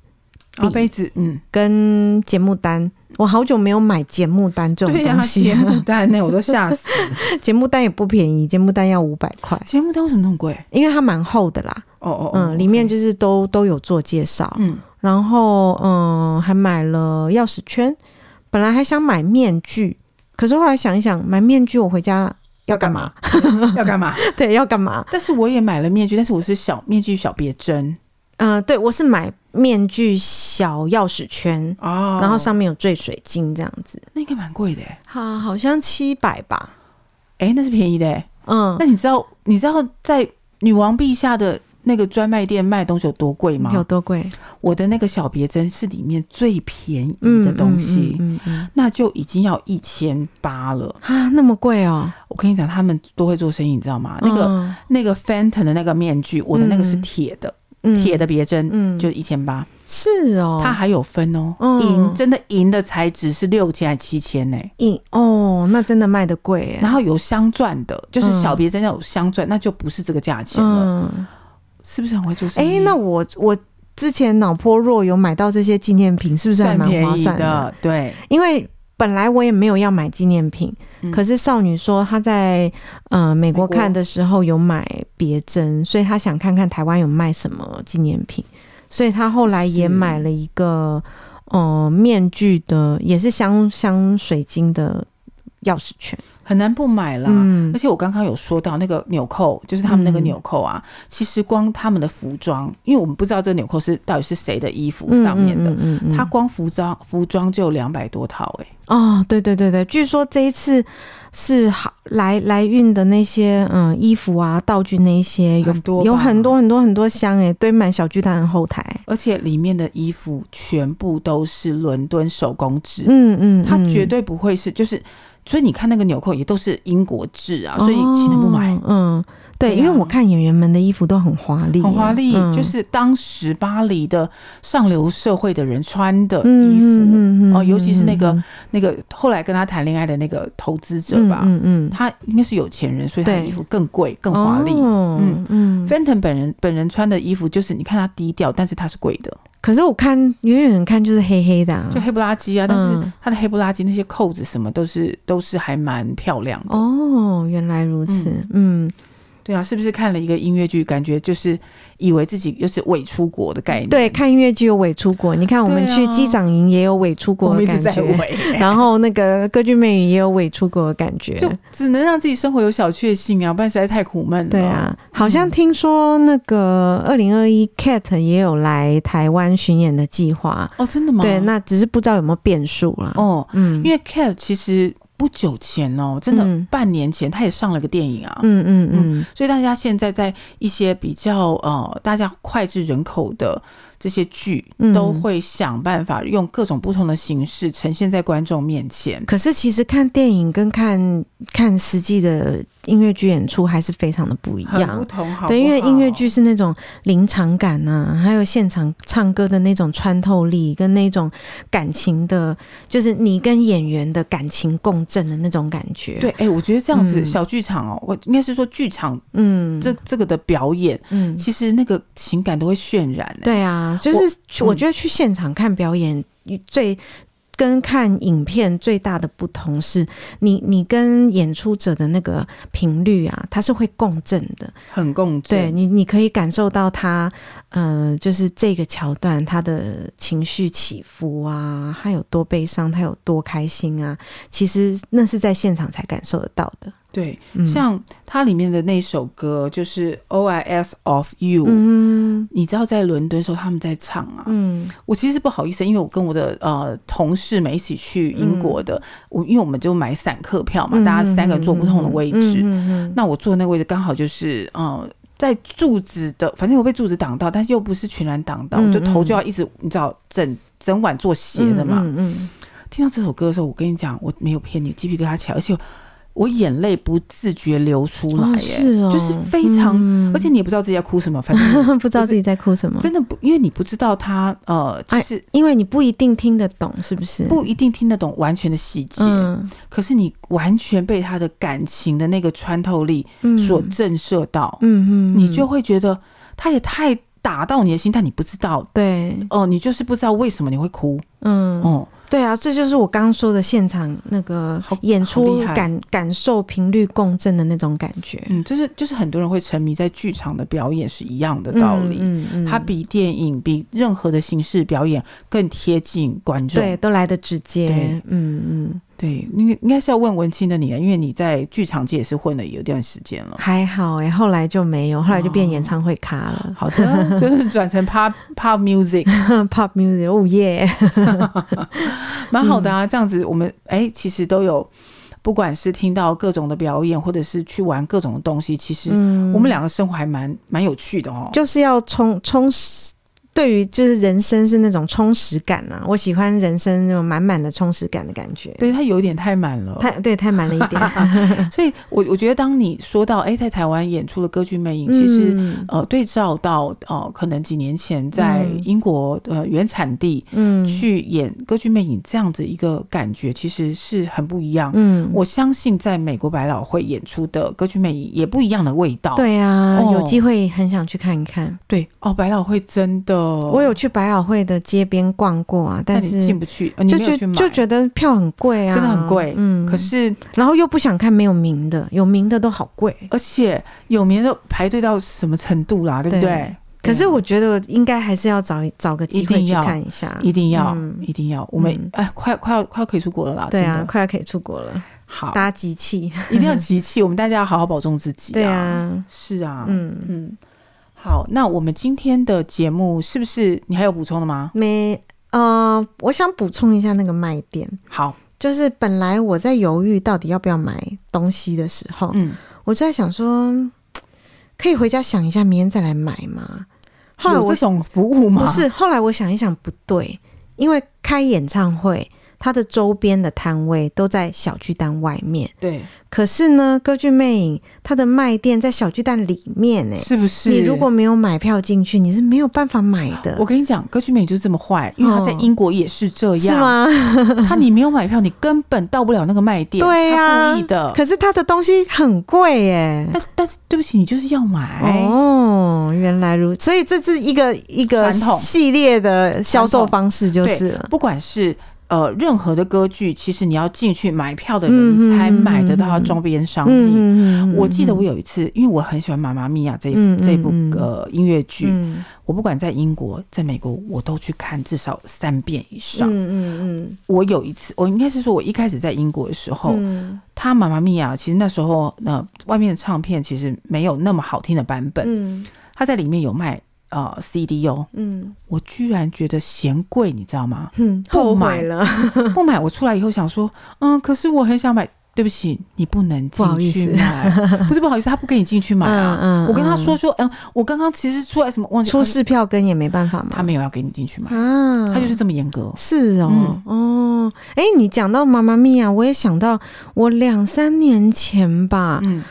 Speaker 3: 然后
Speaker 2: 比
Speaker 3: 杯子，嗯，
Speaker 2: 跟节目单。我好久没有买节目单这种
Speaker 3: 对呀、
Speaker 2: 东西
Speaker 3: 节
Speaker 2: 了，
Speaker 3: 目单那我都吓死。
Speaker 2: 节目单也不便宜，节目单要五百块，
Speaker 3: 节目单为什么那么贵？
Speaker 2: 因为它蛮厚的啦，
Speaker 3: 哦哦，哦
Speaker 2: 嗯，里面
Speaker 3: OK
Speaker 2: 就是都都有做介绍，
Speaker 3: 嗯
Speaker 2: 然后嗯，还买了钥匙圈，本来还想买面具，可是后来想一想，买面具我回家要干嘛？
Speaker 3: 要 干嘛？
Speaker 2: 对，要干嘛？
Speaker 3: 但是我也买了面具，但是我是小面具小别针
Speaker 2: 嗯、对我是买面具小钥匙圈，
Speaker 3: 哦
Speaker 2: 然后上面有坠水晶这样子，
Speaker 3: 那应该蛮贵的欸，
Speaker 2: 哈，好像七百吧，
Speaker 3: 哎、那是便宜的欸。
Speaker 2: 嗯
Speaker 3: 那，你知道你知道在女王陛下的那个专卖店卖东西有多贵吗？
Speaker 2: 有多贵？
Speaker 3: 我的那个小别针是里面最便宜的东西，
Speaker 2: 嗯嗯嗯嗯
Speaker 3: 那就已经要一千八了。
Speaker 2: 啊，那么贵哦，
Speaker 3: 我跟你讲，他们都会做生意，你知道吗？那个、
Speaker 2: 嗯
Speaker 3: 那个 Fenton 的那个面具，我的那个是铁的，铁、的别针。
Speaker 2: 嗯，嗯
Speaker 3: 就一千八，
Speaker 2: 是哦，
Speaker 3: 它还有分哦，
Speaker 2: 嗯
Speaker 3: 银真的银的材质是六千还七千呢，
Speaker 2: 硬哦，那真的卖的贵耶，
Speaker 3: 然后有镶钻的，就是
Speaker 2: 嗯
Speaker 3: 小别针要有镶钻，那就不是这个价钱了，
Speaker 2: 嗯。
Speaker 3: 是不是很会做生意？
Speaker 2: 哎、那我我之前脑波弱有买到这些纪念品，是不是还
Speaker 3: 算
Speaker 2: 蛮
Speaker 3: 便
Speaker 2: 划
Speaker 3: 宜
Speaker 2: 算的？
Speaker 3: 的，对，
Speaker 2: 因为本来我也没有要买纪念品，
Speaker 3: 嗯
Speaker 2: 可是少女说她在呃美国
Speaker 3: 美国
Speaker 2: 看的时候有买别针，所以她想看看台湾有卖什么纪念品，所以她后来也
Speaker 3: 是
Speaker 2: 买了一个呃面具的，也是香香水晶的钥匙圈。
Speaker 3: 很难不买啦。
Speaker 2: 嗯
Speaker 3: 而且我刚刚有说到那个纽扣，就是他们那个纽扣啊，其实光他们的服装，因为我们不知道这纽扣是到底是谁的衣服上面的，
Speaker 2: 嗯嗯嗯嗯嗯
Speaker 3: 它光服装服装就有两百多套哎、
Speaker 2: 哦，对对对对，据说这一次是好来来运的那些嗯衣服啊、道具那一些有
Speaker 3: 很多
Speaker 2: 有
Speaker 3: 吧
Speaker 2: 很多很多很多箱诶、堆满小巨蛋的后台。
Speaker 3: 而且里面的衣服全部都是伦敦手工制，
Speaker 2: 嗯嗯，
Speaker 3: 它
Speaker 2: 嗯
Speaker 3: 绝对不会是就是。所以你看那个纽扣也都是英国制啊，所以岂能不买？
Speaker 2: 哦嗯，对，
Speaker 3: 对啊
Speaker 2: 因为我看演员们的衣服都很华丽耶，
Speaker 3: 很华丽，
Speaker 2: 嗯
Speaker 3: 就是当时巴黎的上流社会的人穿的衣服，
Speaker 2: 嗯嗯嗯嗯
Speaker 3: 哦尤其是那个
Speaker 2: 嗯
Speaker 3: 那个后来跟他谈恋爱的那个投资者吧，
Speaker 2: 嗯嗯，
Speaker 3: 他应该是有钱人，所以他的
Speaker 2: 对
Speaker 3: 衣服更贵、更华丽。
Speaker 2: 哦
Speaker 3: 嗯
Speaker 2: 嗯。
Speaker 3: Fenton 本人本人穿的衣服，就是你看他低调，但是他是贵的，
Speaker 2: 可是我看远远看就是黑黑的啊，
Speaker 3: 就黑不拉几啊。但
Speaker 2: 嗯
Speaker 3: 是他的黑不拉几那些扣子什么都是都是还蛮漂亮的。
Speaker 2: 哦，原来如此，嗯，
Speaker 3: 对啊，是不是看了一个音乐剧，感觉就是以为自己又是伪出国的概念？
Speaker 2: 对，看音乐剧有伪出国，你看我们
Speaker 3: 嗯对啊
Speaker 2: 去机长营也有伪出
Speaker 3: 我
Speaker 2: 国
Speaker 3: 们
Speaker 2: 的
Speaker 3: 一直
Speaker 2: 感
Speaker 3: 在
Speaker 2: 觉，
Speaker 3: 伪，
Speaker 2: 然后那个歌剧魅影也有伪出国的感觉。
Speaker 3: 就只能让自己生活有小确幸啊，不然实在太苦闷了。
Speaker 2: 对，啊，好像听说那个二零二一 Cat 也有来台湾巡演的计划，
Speaker 3: 哦，真的吗？
Speaker 2: 对，那只是不知道有没有变数啦。
Speaker 3: 哦，
Speaker 2: 嗯
Speaker 3: 因为 Cat 其实不久前哦，真的
Speaker 2: 嗯
Speaker 3: 半年前，他也上了个电影啊。
Speaker 2: 嗯嗯嗯
Speaker 3: 所以大家现在在一些比较呃，大家脍炙人口的这些剧，
Speaker 2: 嗯
Speaker 3: 都会想办法用各种不同的形式呈现在观众面前。
Speaker 2: 可是其实看电影跟看看实际的音乐剧演出还是非常的不一
Speaker 3: 很不
Speaker 2: 样。
Speaker 3: 同，好不好
Speaker 2: 对，因为音乐剧是那种临场感呐、还有现场唱歌的那种穿透力，跟那种感情的，就是你跟演员的感情共振的那种感觉。
Speaker 3: 对，，哎、我觉得这样子、
Speaker 2: 嗯
Speaker 3: 小剧场哦，我应该是说剧场
Speaker 2: 嗯，
Speaker 3: 这这个的表演，
Speaker 2: 嗯，
Speaker 3: 其实那个情感都会渲染、哎
Speaker 2: 对啊，就是去我
Speaker 3: 嗯
Speaker 2: 觉得去现场看表演最。跟看影片最大的不同是你，你跟演出者的那个频率啊，它是会共振的。
Speaker 3: 很共
Speaker 2: 对
Speaker 3: 振。
Speaker 2: 你，你可以感受到他，呃，就是这个桥段他的情绪起伏啊，他有多悲伤，他有多开心啊。其实那是在现场才感受得到的。
Speaker 3: 对，
Speaker 2: 嗯，
Speaker 3: 像它里面的那首歌就是 O I S of You，、
Speaker 2: 嗯
Speaker 3: 你知道在伦敦的时候他们在唱啊，
Speaker 2: 嗯
Speaker 3: 我其实不好意思，因为我跟我的呃同事们一起去英国的，我因为我们就买散客票嘛，
Speaker 2: 嗯
Speaker 3: 大家三个人坐不同的位置，
Speaker 2: 嗯嗯嗯
Speaker 3: 那我坐的那个位置刚好就是呃。在柱子的，反正我被柱子挡到，但又不是全然挡到，
Speaker 2: 嗯
Speaker 3: 我就头
Speaker 2: 嗯
Speaker 3: 就要一直，你知道，整整晚做斜的嘛。
Speaker 2: 嗯嗯嗯
Speaker 3: 听到这首歌的时候，我跟你讲，我没有骗你，鸡皮疙瘩起来，而且我眼泪不自觉流出来、
Speaker 2: 哦
Speaker 3: 耶，
Speaker 2: 是哦
Speaker 3: 就是非常，
Speaker 2: 嗯
Speaker 3: 而且你也不知道自己在哭什么，反 正
Speaker 2: 不知道自己在哭什么，
Speaker 3: 真的不，因为你不知道他呃，其
Speaker 2: 哎
Speaker 3: 实
Speaker 2: 因为你不一定听得懂，是不是？
Speaker 3: 不一定听得懂完全的细节，
Speaker 2: 嗯，
Speaker 3: 可是你完全被他的感情的那个穿透力
Speaker 2: 嗯
Speaker 3: 所震慑到，
Speaker 2: 嗯嗯，
Speaker 3: 你就会觉得他也太打到你的心，但你不知道。
Speaker 2: 对，
Speaker 3: 哦，你就是不知道为什么你会哭
Speaker 2: 嗯，
Speaker 3: 哦，
Speaker 2: 对啊，这就是我刚刚说的现场那个
Speaker 3: 好
Speaker 2: 演
Speaker 3: 好
Speaker 2: 出
Speaker 3: 厉害
Speaker 2: 感感受频率共振的那种感觉，
Speaker 3: 嗯，就是就是很多人会沉迷在剧场的表演是一样的道理，
Speaker 2: 嗯嗯，嗯
Speaker 3: 它比电影比任何的形式表演更贴近观众。
Speaker 2: 对都来得直接
Speaker 3: 对，
Speaker 2: 嗯嗯，
Speaker 3: 对，应该应该是要问文青的你啊，因为你在剧场界也是混了有段时间了。
Speaker 2: 还好哎、后来就没有，后来就变
Speaker 3: 哦
Speaker 2: 演唱会咖了、
Speaker 3: 好的，就是转成 pop pop music，
Speaker 2: p o p music，哦耶，
Speaker 3: 蛮好的啊，
Speaker 2: 嗯
Speaker 3: 这样子我们哎、其实都有，不管是听到各种的表演，或者是去玩各种的东西，其实
Speaker 2: 嗯
Speaker 3: 我们两个生活还蛮蛮有趣的哦。
Speaker 2: 就是要充充实，对于就是人生是那种充实感啊，我喜欢人生那种满满的充实感的感觉。
Speaker 3: 对它有点太满了，
Speaker 2: 太对太满了 一点，
Speaker 3: 所以我我觉得当你说到哎、在台湾演出的歌剧魅影，其实、
Speaker 2: 嗯
Speaker 3: 呃对照到呃可能几年前在
Speaker 2: 嗯
Speaker 3: 英国呃原产地
Speaker 2: 嗯
Speaker 3: 去演歌剧魅影这样子一个感觉，其实是很不一样。
Speaker 2: 嗯，
Speaker 3: 我相信在美国百老汇演出的歌剧魅影也不一样的味道。
Speaker 2: 对啊，
Speaker 3: 哦
Speaker 2: 有机会很想去看一看。
Speaker 3: 对哦，百老汇真的，
Speaker 2: 我有去百老汇的街边逛过啊，
Speaker 3: 哦那
Speaker 2: 但
Speaker 3: 你
Speaker 2: 是
Speaker 3: 进不去，呃你
Speaker 2: 就
Speaker 3: 没有去
Speaker 2: 就
Speaker 3: 买，
Speaker 2: 就觉得票很贵啊，
Speaker 3: 真的很贵
Speaker 2: 嗯，
Speaker 3: 可是
Speaker 2: 然后又不想看没有名的，有名的都好贵。
Speaker 3: 而且有名的排队到什么程度啦，对不
Speaker 2: 对
Speaker 3: 对？啊
Speaker 2: 可是我觉得应该还是要找找个机
Speaker 3: 一
Speaker 2: 会
Speaker 3: 定
Speaker 2: 去
Speaker 3: 要
Speaker 2: 看一下，
Speaker 3: 啊一定要、
Speaker 2: 嗯
Speaker 3: 一定要，我们
Speaker 2: 嗯
Speaker 3: 哎、快快要快要可以出国了啦，
Speaker 2: 对啊，
Speaker 3: 真的
Speaker 2: 快要可以出国了，
Speaker 3: 好
Speaker 2: 大，家集气。
Speaker 3: 一定要集气，我们大家要好好保重自己、
Speaker 2: 对，啊，
Speaker 3: 是啊，嗯
Speaker 2: 嗯，
Speaker 3: 嗯，好，那我们今天的节目是不是你还有补充的吗？
Speaker 2: 没呃，我想补充一下那个卖点，
Speaker 3: 好，
Speaker 2: 就是本来我在犹豫到底要不要买东西的时候，
Speaker 3: 嗯，
Speaker 2: 我就在想说，嘖可以回家想一下，明天再来买吗？后来
Speaker 3: 有
Speaker 2: 我
Speaker 3: 这种服务吗？
Speaker 2: 不是，后来我想一想不对，因为开演唱会，它的周边的摊位都在小巨蛋外面，
Speaker 3: 对，
Speaker 2: 可是呢，歌剧魅影它的卖店在小巨蛋里面呢、
Speaker 3: 是不是？
Speaker 2: 你如果没有买票进去，你是没有办法买
Speaker 3: 我
Speaker 2: 的，
Speaker 3: 跟你讲，歌剧魅影就这么坏，因为他在英国也是这
Speaker 2: 哦是
Speaker 3: 样，
Speaker 2: 吗？
Speaker 3: 他你没有买票，你根本到不了那个卖店，
Speaker 2: 嗯对
Speaker 3: 他
Speaker 2: 呀
Speaker 3: 故意的。
Speaker 2: 可是它的东西很贵耶、
Speaker 3: 但但是对不起，你就是要买，
Speaker 2: 哦，原来如，所以这是一个一个
Speaker 3: 传统
Speaker 2: 系列的销售方式就是了。
Speaker 3: 不管是。呃，任何的歌剧，其实你要进去买票的
Speaker 2: 嗯
Speaker 3: 人，
Speaker 2: 嗯
Speaker 3: 你才
Speaker 2: 嗯
Speaker 3: 买得
Speaker 2: 嗯
Speaker 3: 到它
Speaker 2: 嗯
Speaker 3: 周边商品。
Speaker 2: 嗯
Speaker 3: 我记得我
Speaker 2: 有
Speaker 3: 有一次，因为我很喜欢《妈妈咪呀》这一
Speaker 2: 嗯嗯
Speaker 3: 这一部
Speaker 2: 嗯
Speaker 3: 呃音乐剧，
Speaker 2: 嗯
Speaker 3: 我不管在英国、在美国，我都去看至少三遍以上。
Speaker 2: 嗯嗯
Speaker 3: 我有一次，我应该是说，我一开始在英国的时候，
Speaker 2: 嗯
Speaker 3: 他妈妈咪呀，其实那时候呃，外面的唱片其实没有那么好听的版本，
Speaker 2: 嗯
Speaker 3: 他在里面有卖呃 CD 哦，
Speaker 2: 嗯
Speaker 3: 我居然觉得嫌贵，你知 道吗？
Speaker 2: 哼，后悔 了，
Speaker 3: 不买，我出来以后想说，嗯，可是我很想买。对不起，你不能
Speaker 2: 不好
Speaker 3: 进
Speaker 2: 意
Speaker 3: 去
Speaker 2: 思
Speaker 3: 买，不是不好意思，他不给你进去买 啊。
Speaker 2: 嗯嗯
Speaker 3: 我跟他
Speaker 2: 嗯
Speaker 3: 说说，嗯，我刚刚其实出来什么忘记，
Speaker 2: 出示票根也没办法
Speaker 3: 他
Speaker 2: 吗？
Speaker 3: 没有要给你进去买，
Speaker 2: 啊，
Speaker 3: 他就是这么嗯严格。
Speaker 2: 是哦，哦，哎，你讲到妈妈咪呀，啊我也想到我两三年前吧，
Speaker 3: 嗯，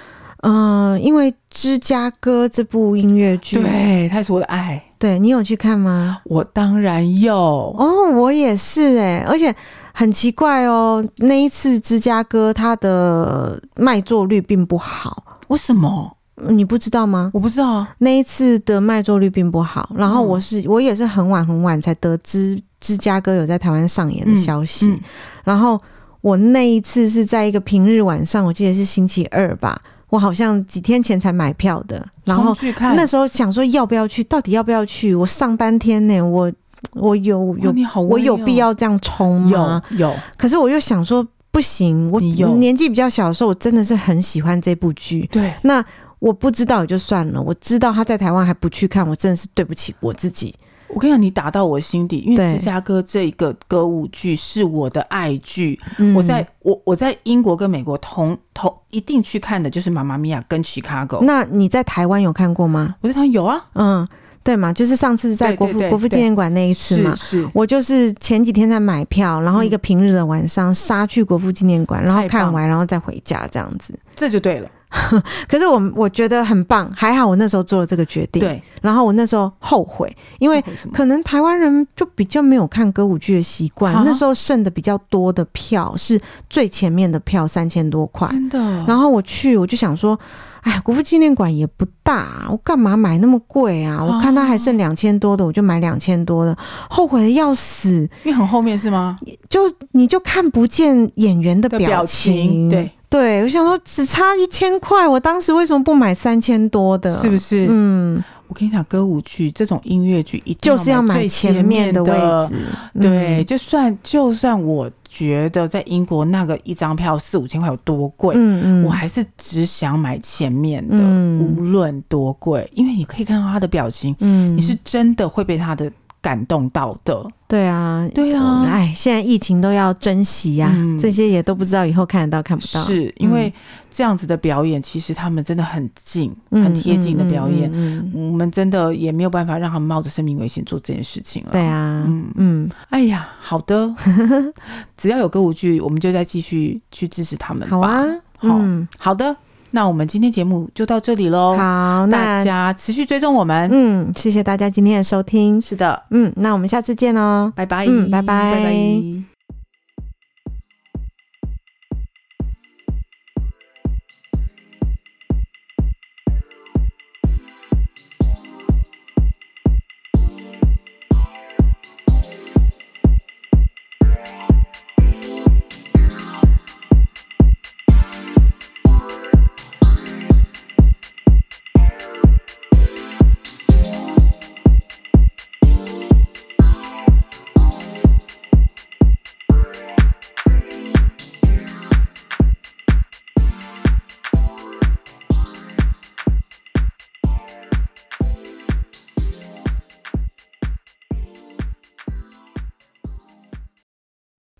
Speaker 2: 嗯、因为《芝加哥》这部音乐剧，
Speaker 3: 对，他也是我的爱，
Speaker 2: 对你有去看吗？
Speaker 3: 我当然有。
Speaker 2: 哦，我也是哎、而且很奇怪哦，那一次《芝加哥》它的卖座率并不好，
Speaker 3: 为什么？
Speaker 2: 你不知道吗？
Speaker 3: 我不知道啊。
Speaker 2: 那一次的卖座率并不好，然后
Speaker 3: 嗯
Speaker 2: 我是、我也是很晚很晚才得知芝加哥有在台湾上演的消息，
Speaker 3: 嗯嗯
Speaker 2: 然后我那一次是在一个平日晚上，我记得是星期二吧，我好像几天前才买票的，然后
Speaker 3: 冲去看
Speaker 2: 那时候想说要不要去，到底要不要去？我上半天呢、我我有
Speaker 3: 哇
Speaker 2: 有、
Speaker 3: 你好威哦，
Speaker 2: 我有必要这样冲吗？
Speaker 3: 有有
Speaker 2: 可是我又想说不行，我
Speaker 3: 你有
Speaker 2: 年纪比较小的时候，我真的是很喜欢这部剧，
Speaker 3: 对
Speaker 2: 那我不知道也就算了，我知道他在台湾还不去看，我真的是对不起我自己。
Speaker 3: 我跟你讲，你打到我心底，因为
Speaker 2: 对
Speaker 3: 芝加哥这一个歌舞剧是我的爱剧，
Speaker 2: 嗯
Speaker 3: 我在我我在英国跟美国同同一定去看的就是《妈妈咪呀》跟《Chicago》。
Speaker 2: 那你在台湾有看过吗？
Speaker 3: 我在台湾有啊，
Speaker 2: 嗯，对嘛，就是上次在
Speaker 3: 对
Speaker 2: 国父
Speaker 3: 对对
Speaker 2: 国父纪
Speaker 3: 对
Speaker 2: 念馆那一次嘛。
Speaker 3: 是，嗯
Speaker 2: 我就是前几天在买票，然后一个平日的晚上杀去国父纪念馆，然后
Speaker 3: 太棒
Speaker 2: 看完，然后再回家这样子。
Speaker 3: 这就对了。
Speaker 2: 可是我我觉得很棒，还好我那时候做了这个决定。，
Speaker 3: 对，
Speaker 2: 然后我那时候后悔，因为
Speaker 3: 后悔什么
Speaker 2: 可能台湾人就比较没有看歌舞剧的习惯，
Speaker 3: 啊
Speaker 2: 那时候剩的比较多的票是最前面的票，三千多块。
Speaker 3: 真的，哦
Speaker 2: 然后我去，我就想说，哎，国父纪念馆也不大，我干嘛买那么贵啊？我看它还剩两千多的，我就买两千多的，后悔的要死。
Speaker 3: 因为很后面是吗？
Speaker 2: 就你就看不见演员的
Speaker 3: 的
Speaker 2: 表
Speaker 3: 表情，对，
Speaker 2: 对，我想说只差一千块，我当时为什么不买三千多的？
Speaker 3: 是不是？
Speaker 2: 嗯，
Speaker 3: 我跟你讲，歌舞剧这种音乐剧一定
Speaker 2: 就是要买
Speaker 3: 最
Speaker 2: 前面
Speaker 3: 面
Speaker 2: 的位
Speaker 3: 置。
Speaker 2: 置。嗯
Speaker 3: 对，就算就算我觉得在英国那个一张票四五千块有多贵，
Speaker 2: 嗯，嗯嗯，
Speaker 3: 我还是只想买前面的，
Speaker 2: 嗯
Speaker 3: 无论多贵，因为你可以看到他的表情，
Speaker 2: 嗯
Speaker 3: 你是真的会被他的感动到的。
Speaker 2: 对啊，
Speaker 3: 对
Speaker 2: 嗯
Speaker 3: 啊，
Speaker 2: 哎，现在疫情都要珍惜呀、
Speaker 3: 嗯
Speaker 2: 这些也都不知道以后看得到看不到，
Speaker 3: 是因为这样子的表演，其实他们真的很近、
Speaker 2: 嗯
Speaker 3: 很贴近的表演。
Speaker 2: 嗯嗯嗯嗯
Speaker 3: 我们真的也没有办法让他们冒着生命危险做这件事情了。
Speaker 2: 对啊，嗯
Speaker 3: 嗯
Speaker 2: 嗯，
Speaker 3: 哎呀，好的， 只要有歌舞剧，我们就再继续去支持他们吧。
Speaker 2: 好啊，
Speaker 3: 好
Speaker 2: 嗯，
Speaker 3: 好的，那我们今天节目就到这里喽。
Speaker 2: 好，
Speaker 3: 大
Speaker 2: 那
Speaker 3: 家持续追踪我们。
Speaker 2: 嗯，谢谢大家今天的收听，
Speaker 3: 是的，
Speaker 2: 嗯，那我们下次见哦，
Speaker 3: 拜拜，
Speaker 2: 嗯拜拜
Speaker 3: 拜拜。